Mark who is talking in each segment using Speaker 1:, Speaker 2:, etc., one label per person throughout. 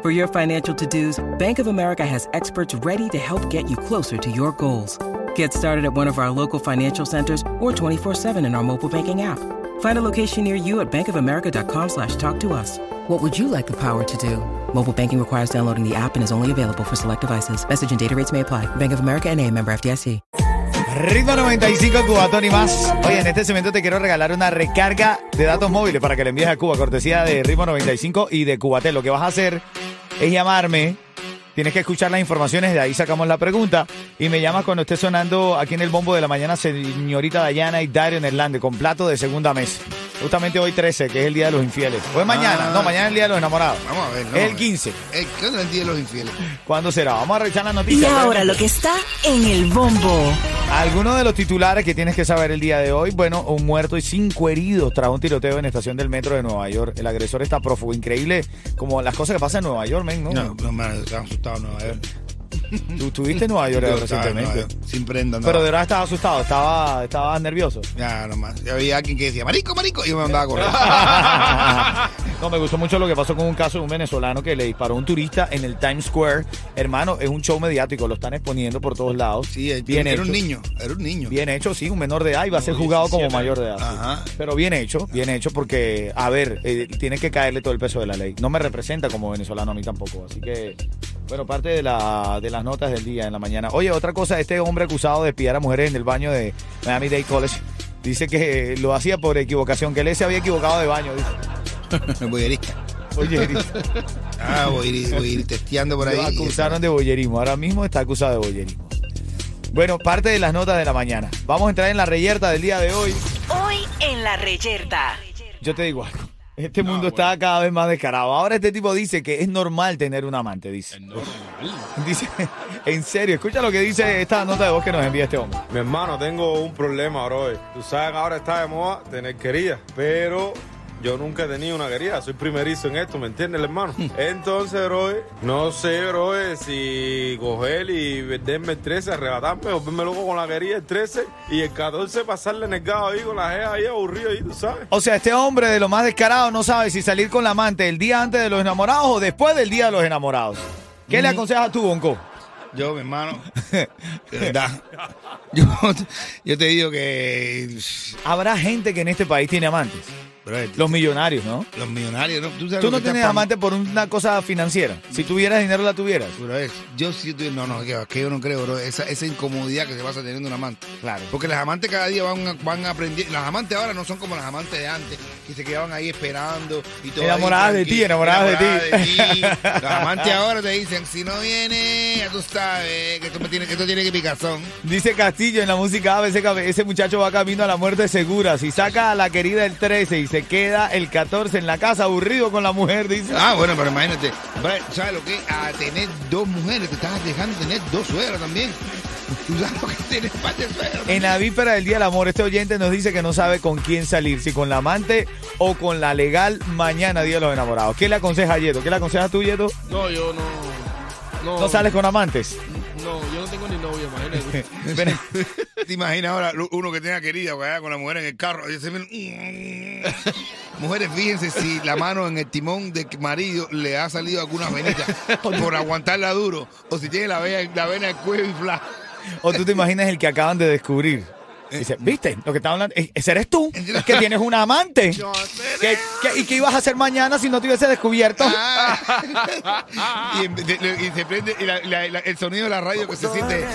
Speaker 1: For your financial to-dos, Bank of America has experts ready to help get you closer to your goals. Get started at one of our local financial centers or 24-7 in our mobile banking app. Find a location near you at bankofamerica.com slash talk to us. What would you like the power to do? Mobile banking requires downloading the app and is only available for select devices. Message and data rates may apply. Bank of America and a member FDIC.
Speaker 2: Ritmo 95 Cubatón y más. Oye, en este segmento te quiero regalar una recarga de datos móviles para que le envíes a Cuba, cortesía de Ritmo 95 y de Cubatel. Lo que vas a hacer es llamarme. Tienes que escuchar las informaciones, de ahí sacamos la pregunta. Y me llamas cuando esté sonando aquí en el bombo de la mañana, señorita Dayana y Dario Hernández, con plato de segunda mesa. Justamente hoy 13, que es el día de los infieles. O es mañana,
Speaker 3: Ah.
Speaker 2: no, mañana es el día de los enamorados.
Speaker 3: Vamos a ver, no,
Speaker 2: Es el
Speaker 3: eh.
Speaker 2: 15.
Speaker 3: Eh, ¿Qué onda el día de los infieles?
Speaker 2: ¿Cuándo será? Vamos a revisar las
Speaker 4: Y
Speaker 2: noticias.
Speaker 4: ahora lo que está en el bombo.
Speaker 2: Algunos de los titulares que tienes que saber el día de hoy, bueno, un muerto y cinco heridos tras un tiroteo en estación del metro de Nueva York. El agresor está prófugo, increíble, como las cosas que pasan en Nueva York, men, ¿no?
Speaker 3: No, no me han asustado Nueva York.
Speaker 2: Tú tuviste en Nueva York
Speaker 3: Yo estaba ah, en
Speaker 2: recientemente.
Speaker 3: Nueva York, Sin prenda, no.
Speaker 2: Pero de verdad estabas asustado, estaba, estabas nervioso.
Speaker 3: Ya, nomás. Ya había alguien que decía, marico, marico, y me mandaba a correr.
Speaker 2: No, me gustó mucho lo que pasó con un caso de un venezolano que le disparó a un turista en el Times Square. Hermano, es un show mediático, lo están exponiendo por todos lados.
Speaker 3: Sí, eh, él-
Speaker 2: Bien hecho.
Speaker 3: era un niño, era un niño.
Speaker 2: Bien hecho, sí, un menor de edad y va a ser jugado como mayor de edad.
Speaker 3: Ajá.
Speaker 2: Pero bien hecho, bien hecho, porque, a ver, eh, tiene que caerle todo el peso de la ley. No me representa como venezolano a mí tampoco. Así que, bueno, parte de, la, de las notas del día en la mañana. Oye, otra cosa, este hombre acusado de espiar a mujeres en el baño de Miami Dade College dice que lo hacía por equivocación, que él se había equivocado de baño. dice.
Speaker 3: Boyerista.
Speaker 2: Oye,
Speaker 3: Ah, voy a ir, voy a ir testeando por ahí.
Speaker 2: lo acusaron de boyerismo. Ahora mismo está acusado de boyerismo. Bueno, parte de las notas de la mañana. Vamos a entrar en la reyerta del día de hoy.
Speaker 4: Hoy en la reyerta.
Speaker 2: Yo te digo algo. Este mundo está cada vez más descarado. Ahora este tipo dice que es normal tener un amante, dice. Dice, en serio, escucha lo que dice esta nota de voz que nos envía este hombre.
Speaker 5: Mi hermano, tengo un problema, bro. Tú sabes que ahora está de moda tener querida, pero yo nunca he tenido una querida. Soy primerizo en esto, ¿me entiendes, hermano? Entonces, bro, no sé, bro, si coger y venderme el 13, arrebatarme, volverme loco con la querida el 13 y el 14 pasarle en el gado ahí con la jeja ahí aburrido ahí, tú sabes.
Speaker 2: O sea, este hombre de lo más descarado no sabe si salir con la amante el día antes de los enamorados o después del día de los enamorados. ¿Qué le aconsejas tú, Bonco?
Speaker 3: Yo, mi hermano, de verdad. Yo, yo te digo que.
Speaker 2: Habrá gente que en este país tiene amantes.
Speaker 3: bro,
Speaker 2: Los millonarios, ¿no?
Speaker 3: los millonarios, ¿no? Tú, sabes
Speaker 2: Tú
Speaker 3: lo
Speaker 2: no
Speaker 3: que está
Speaker 2: tienes
Speaker 3: pa-
Speaker 2: amante por una cosa financiera. Si tuvieras dinero, la tuvieras.
Speaker 3: Bro, es- yo sí estoy, no, no, que, que yo no creo, bro, esa, esa incomodidad que se pasa teniendo un amante.
Speaker 2: Claro.
Speaker 3: Porque las amantes cada día van, a- van aprendiendo, las amantes ahora no son como las amantes de antes, que se quedaban ahí esperando y todo. ahí
Speaker 2: Enamoradas de ti,
Speaker 3: tranquilo,
Speaker 2: enamoradas de ti.
Speaker 3: enamoradas de ti. Las amantes ahora te dicen, si no viene, ya tú sabes, que esto, me tiene, que esto tiene que picazón.
Speaker 2: Dice Castillo en la música ABC, ese muchacho va camino a la muerte segura. Si saca a la querida el 13 y se queda el 14 en la casa aburrido con la mujer, dice.
Speaker 3: Ah, bueno, pero imagínate, bro, ¿sabes lo que? es? A tener dos mujeres, te estás dejando tener dos suegras también. Tú sabes lo que es tener parte de suegras.
Speaker 2: En la víspera del Día del Amor, este oyente nos dice que no sabe con quién salir, si con la amante o con la legal mañana, Día de los Enamorados. ¿Qué le aconseja a Yeto? ¿Qué le aconsejas tú, Yeto?
Speaker 6: No, yo no. No,
Speaker 2: ¿No sales con amantes?
Speaker 6: No, yo no tengo ni novia, imagínate.
Speaker 2: Ven-
Speaker 3: ¿Te imaginas ahora lo- uno que tenga querida ¿verdad? con la mujer en el carro? Y se ven- mm. Mujeres, fíjense si la mano en el timón de marido le ha salido alguna venita por aguantarla duro o si tiene la vena, la vena del cuello inflada.
Speaker 2: ¿O tú te imaginas el que acaban de descubrir? Dice,
Speaker 6: Eh,
Speaker 2: ¿viste? Lo que estaba hablando. eh, Ese eres tú, que tienes un amante. ¿Qué- qué- ¿Y qué ibas a hacer mañana si no te hubiese descubierto?
Speaker 3: Ah. y, en vez de- y se prende y la- la- la- el sonido de la radio
Speaker 7: Pues
Speaker 3: que se siente.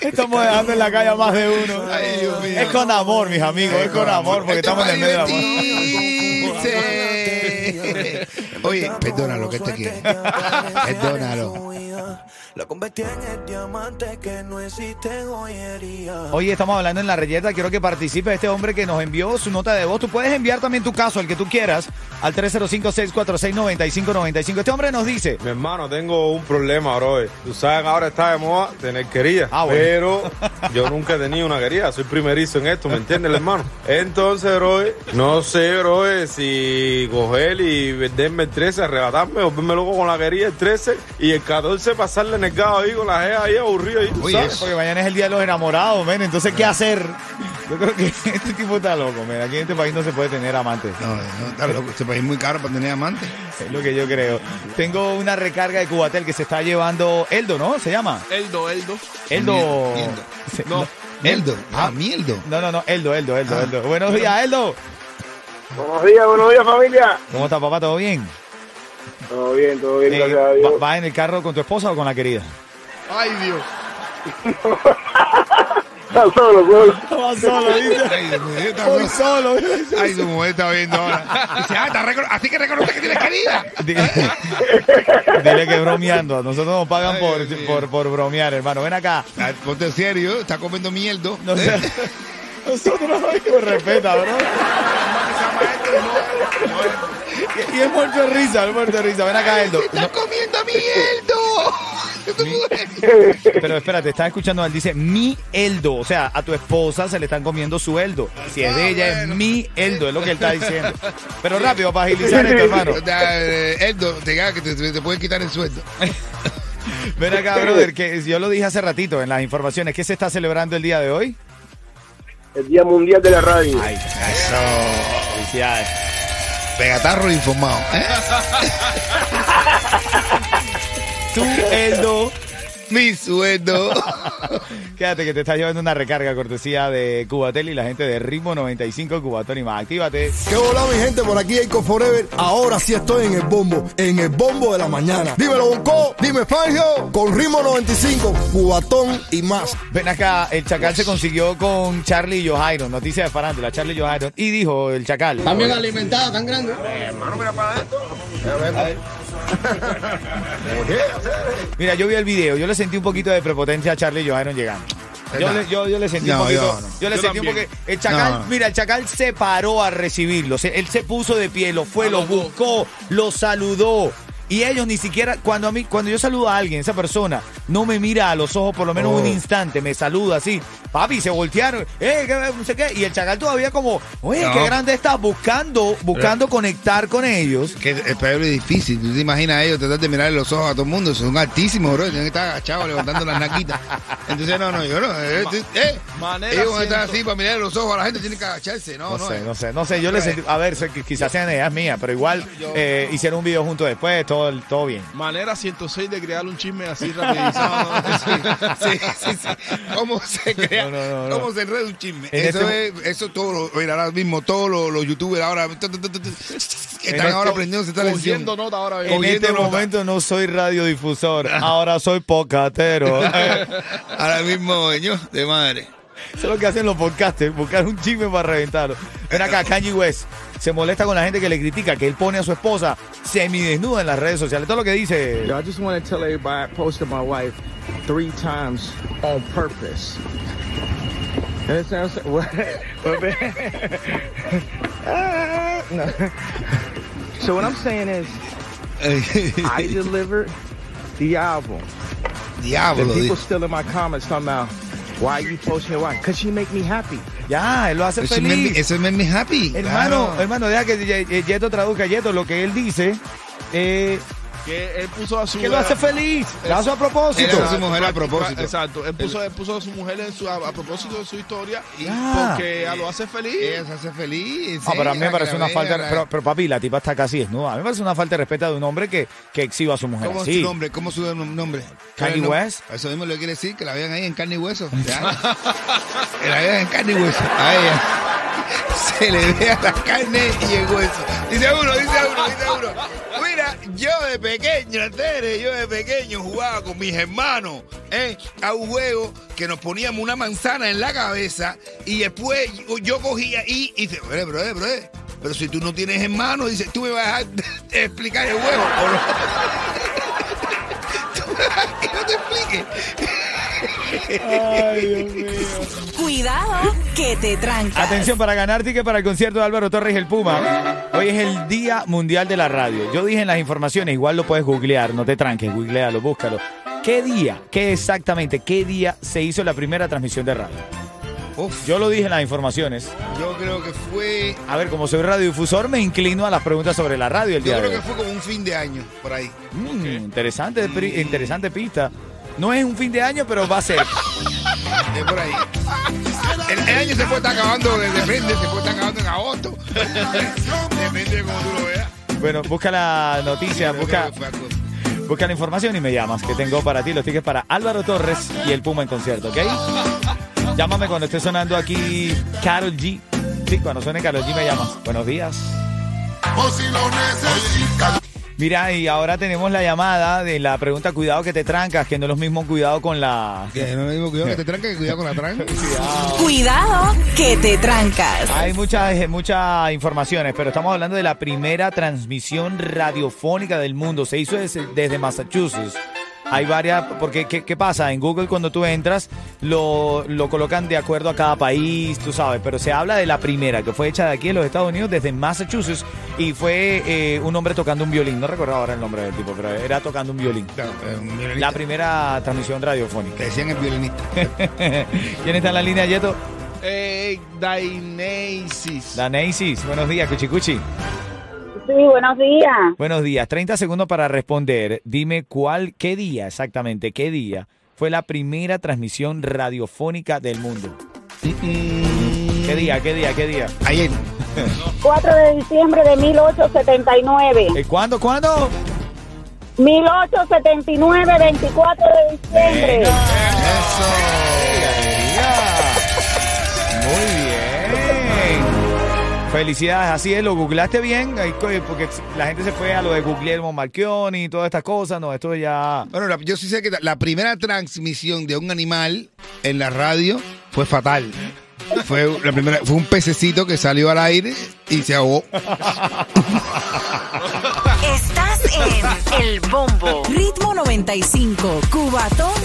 Speaker 2: Estamos dejando en la calle a más de uno.
Speaker 3: Ay, Dios mío.
Speaker 2: Es con amor, mis amigos, es con amor, porque
Speaker 3: Esto
Speaker 2: estamos en
Speaker 3: es
Speaker 2: el medio
Speaker 3: para
Speaker 2: del amor.
Speaker 3: divertirse. Oye, perdónalo, que te quiere. Perdónalo.
Speaker 8: La convertí en el diamante que no existe joyería.
Speaker 2: Hoy estamos hablando en la reyerta. Quiero que participe este hombre que nos envió su nota de voz. Tú puedes enviar también tu caso, el que tú quieras, al 305-646-9595. Este hombre nos dice.
Speaker 5: Mi hermano, tengo un problema, bro. Tú sabes, ahora está de moda tener querida.
Speaker 2: Ah, bueno.
Speaker 5: Pero yo nunca he tenido una querida. Soy primerizo en esto, ¿me entiendes, hermano? Entonces, bro, no sé, bro, si coger y venderme el 13, arrebatarme, volverme loco con la querida el 13 y el 14 pasarle en el gado ahí con la jea ahí aburrido. Ahí, tú
Speaker 3: Oye,
Speaker 5: sabes.
Speaker 3: eso.
Speaker 2: Porque mañana es Ah. el día de los enamorados, men. Entonces, ¿qué hacer? Yo creo que este tipo está loco, men. Aquí en este país no se puede tener amantes.
Speaker 3: No, no, está loco. Este país es muy caro para tener amantes.
Speaker 2: Es lo que yo creo. Tengo una recarga de Cubatel que se está llevando Eldo, ¿no? Se llama.
Speaker 6: Eldo, Eldo.
Speaker 2: Eldo.
Speaker 3: Mierda.
Speaker 2: Se-
Speaker 6: No.
Speaker 3: Mierdo. Ah, mierdo.
Speaker 2: No, no, no. Eldo, Eldo, Eldo, Eldo. Buenos días, Eldo.
Speaker 9: Buenos días, buenos días familia.
Speaker 2: ¿Cómo está, papá? ¿Todo bien?
Speaker 9: Todo bien, todo bien,
Speaker 2: Eh,
Speaker 9: gracias a
Speaker 2: ¿va-
Speaker 9: Dios.
Speaker 2: ¿Vas en el carro con tu esposa o con la querida?
Speaker 6: Ay, Dios.
Speaker 9: Está solo, pues. solo.
Speaker 2: Va solo, dice.
Speaker 3: Ay, Dios mío, está
Speaker 2: Voy
Speaker 3: bueno.
Speaker 2: solo.
Speaker 3: Ay, su mujer está viendo ahora. Dice, ah, está recono- así que reconoce que tienes querida.
Speaker 2: Dile, dile que bromeando. A nosotros nos pagan
Speaker 3: Ay,
Speaker 2: por,
Speaker 3: Dios mío.
Speaker 2: por, por bromear, hermano. Ven acá.
Speaker 3: Ah, Ponte serio, está comiendo Eh. mierdo.
Speaker 2: No sé. Nosotros nos respeta, bro. Y- Y es muerto de risa, es muerto de risa. Ven acá, Eldo.
Speaker 3: ¡Está comiendo Este, mierdo!
Speaker 2: Pero espérate, estás escuchando mal. Dice mi Eldo. O sea, a tu esposa se le están comiendo su Eldo. Si es de ella, es mi Eldo. Es lo que él está diciendo. Pero rápido, para agilizar esto, hermano.
Speaker 3: eh, Eldo, te cagas que te, te pueden quitar el sueldo.
Speaker 2: Ven acá, brother, que yo lo dije hace ratito en las informaciones. ¿Qué se está celebrando el día de hoy?
Speaker 9: El Día Mundial de la Radio.
Speaker 3: Eso.
Speaker 2: Felicidades.
Speaker 3: Pegatarro informado. ¿eh?
Speaker 2: Tú, Eldo.
Speaker 3: Mi sueldo.
Speaker 2: Quédate que te estás llevando una recarga cortesía de Cubatel y la gente de Ritmo 95 Cubatón y más. Actívate.
Speaker 7: ¿Qué hola mi gente? Por aquí Eiko Forever. Ahora sí estoy en el bombo, en el bombo de la mañana. Dímelo Bonco, dime Fangio, con ritmo 95, cubatón y más.
Speaker 2: Ven acá, el Chacal se consiguió con Charlie Johairon, noticia de farándula, Charlie Johairon, y dijo el Chacal.
Speaker 6: También alimentado, tan grande.
Speaker 2: Mira, yo vi el video, yo le sentí un poquito de prepotencia a Charlie Johairon llegando. Yo le, yo- yo le sentí
Speaker 3: No,
Speaker 2: un poquito.
Speaker 3: yo
Speaker 2: Yo, le
Speaker 3: no.
Speaker 5: Yo
Speaker 2: sentí un
Speaker 5: también.
Speaker 2: poquito. El Chacal,
Speaker 3: No.
Speaker 2: mira, el Chacal se paró a recibirlo. se- él se puso de pie, lo fue, lo buscó, lo saludó. Y ellos ni siquiera, cuando a mí, cuando yo saludo a alguien, esa persona no me mira a los ojos por lo menos
Speaker 3: Oh.
Speaker 2: un instante, me saluda así. Papi, se voltearon, eh, qué- no sé qué. Y el chacal todavía como, oye,
Speaker 3: No. Eh.
Speaker 2: qué grande está, buscando, buscando conectar con ellos.
Speaker 3: que el peor es difícil. Tú te imaginas a ellos tratar de mirar los ojos a todo el mundo. Son altísimos, bro. Tienen que estar agachados levantando las naquitas. Entonces, no, no, yo no. Eh, eh,
Speaker 6: manera
Speaker 3: ellos van a estar
Speaker 6: siento.
Speaker 3: así para mirar los ojos a la gente. Tienen que agacharse. No,
Speaker 2: No,
Speaker 3: no.
Speaker 2: sé,
Speaker 3: eh.
Speaker 2: no sé, no sé. Yo le sentí, a ver, sé que quizás sean ideas mías, pero igual eh, hicieron un video juntos después, todo, todo bien.
Speaker 6: Manera 106 de crear un chisme así rapidísimo.
Speaker 3: sí, sí, sí. ¿Cómo se crea?
Speaker 2: No, no, no, no.
Speaker 3: ¿Cómo se enreda un chisme?
Speaker 2: En
Speaker 3: eso
Speaker 2: este
Speaker 3: es, eso todo lo, mira, ahora mismo, todos los, los youtubers ahora tu, tu, tu, tu, tu, que
Speaker 2: En este
Speaker 3: están
Speaker 2: esto-
Speaker 3: ahora aprendiendo esta lección.
Speaker 6: Cogiendo nota ahora
Speaker 2: En
Speaker 6: mismo.
Speaker 3: Cogiendo
Speaker 2: este
Speaker 3: nota.
Speaker 2: momento no soy radiodifusor, ahora soy podcatero. Eh,
Speaker 3: Ahora mismo, señor, de madre.
Speaker 2: Eso es lo que hacen los podcasters, buscar un chisme para reventarlo. Ven acá, Kanye West se molesta con la gente que le critica que él pone a su esposa semidesnuda en las redes sociales. Todo lo que dice.
Speaker 10: I just want to tell everybody I posted my wife three times on purpose. That sounds what? what the- Ah, no. So what I'm saying is, I delivered the album. The
Speaker 3: Diablo,
Speaker 10: people
Speaker 3: dijo.
Speaker 10: still in my comments talking about why you posting your wife? Cause she make me happy.
Speaker 2: Ya, él lo hace
Speaker 3: Eso es me-
Speaker 2: feliz.
Speaker 3: eso es me happy.
Speaker 2: Hermano,
Speaker 3: Claro.
Speaker 2: hermano, deja que Ye- Ye- Yeto traduzca. Yeto, lo que él dice eh,
Speaker 6: Que él puso a su.
Speaker 2: que lo hace feliz. Lo hace a propósito.
Speaker 3: Él hace su mujer a propósito.
Speaker 6: Exacto. Él puso, él puso a su mujer en su, a, a propósito de su historia. Y
Speaker 2: Ya.
Speaker 6: porque ella lo hace feliz.
Speaker 3: Ella se hace feliz.
Speaker 2: Ah, pero a mí me
Speaker 3: ella,
Speaker 2: parece
Speaker 3: que
Speaker 2: una
Speaker 3: la
Speaker 2: falta
Speaker 3: vea,
Speaker 2: de...
Speaker 3: la-
Speaker 2: Pero, pero, papi, la tipa está casi desnuda. A mí me parece una falta de respeto de un hombre que, que exhiba a su mujer
Speaker 3: ¿Cómo es
Speaker 2: así.
Speaker 3: su nombre? ¿Cómo es su nombre?
Speaker 2: Kanye
Speaker 3: Pero no-
Speaker 2: West.
Speaker 3: Eso mismo le quiere decir, que la vean ahí en carne y hueso. ya. que la vean en carne y hueso. A ella. Se le vea la carne y el hueso. Dice uno, dice uno, dice uno. Mira, yo de pequeño, Tere, yo de pequeño jugaba con mis hermanos ¿eh? a un juego que nos poníamos una manzana en la cabeza y después yo- yo cogía y y dice, bro, bro, bro, Pero si tú no tienes hermanos, dices, tú me vas a dejar de explicar el huevo o no. Tú me vas a dejar que no te explique.
Speaker 4: Cuidado que te trancas.
Speaker 2: Atención para ganar ticket para el concierto de Álvaro Torres el Puma. Hoy es el Día Mundial de la Radio. Yo dije en las informaciones, igual lo puedes googlear, no te tranques, googlealo, búscalo. ¿Qué día, qué exactamente, qué día se hizo la primera transmisión de radio? Yo lo dije en las informaciones.
Speaker 3: Yo creo que fue.
Speaker 2: A ver, como soy radiodifusor, me inclino a las preguntas sobre la radio el
Speaker 3: Yo
Speaker 2: día de
Speaker 3: creo
Speaker 2: hoy.
Speaker 3: que fue como un fin de año por ahí.
Speaker 2: Mm, interesante, pri- interesante pista. No es un fin de año, pero va a ser.
Speaker 3: Es por ahí. El, el año se puede estar acabando, de- depende, se puede estar acabando en agosto. depende de cómo tú lo veas.
Speaker 2: Bueno, busca la noticia, busca, busca la información y me llamas, que tengo para ti los tickets para Álvaro Torres y el Puma en concierto, ¿ok? Llámame cuando esté sonando aquí Carol G. Sí, cuando suene Carol G me llamas. Buenos días. Mira, y ahora tenemos la llamada de la pregunta cuidado que te trancas, que no es lo mismo cuidado con la...
Speaker 3: Que no es lo mismo cuidado que te trancas que cuidado con la tranca.
Speaker 4: Cuidado que te trancas.
Speaker 2: Hay muchas, eh, muchas informaciones, pero estamos hablando de la primera transmisión radiofónica del mundo. Se hizo desde, desde Massachusetts. Hay varias, porque ¿qué, qué pasa? En Google cuando tú entras lo, lo colocan de acuerdo a cada país, tú sabes, pero se habla de la primera, que fue hecha de aquí en los Estados Unidos, desde Massachusetts, y fue eh, un hombre tocando un violín, no recuerdo ahora el nombre del tipo, pero era tocando un violín. La primera transmisión radiofónica.
Speaker 3: decían el violinista.
Speaker 2: ¿Quién está en la línea, Yeto?
Speaker 6: Eh, Dainaisis.
Speaker 2: Daneisis, buenos días, Cuchicuchi.
Speaker 11: Sí, buenos días.
Speaker 2: Buenos días, 30 segundos para responder. Dime cuál, qué día exactamente, qué día fue la primera transmisión radiofónica del mundo. ¿Qué día, qué día, qué día?
Speaker 3: Ayer.
Speaker 11: 4 de diciembre de 1879.
Speaker 2: ¿Eh, ¿Cuándo, cuándo?
Speaker 11: 1879, 24 de diciembre.
Speaker 2: Muy bien. Felicidades, así es, lo googleaste bien, ahí co- porque la gente se fue a lo de Guglielmo Marchioni y todas estas cosas, no, esto ya...
Speaker 3: Bueno, la- yo sí sé que la- la primera transmisión de un animal en la radio fue fatal. Fue, la primera, fue un pececito que salió al aire y se ahogó.
Speaker 4: Estás en El Bombo. Ritmo 95, Cubatón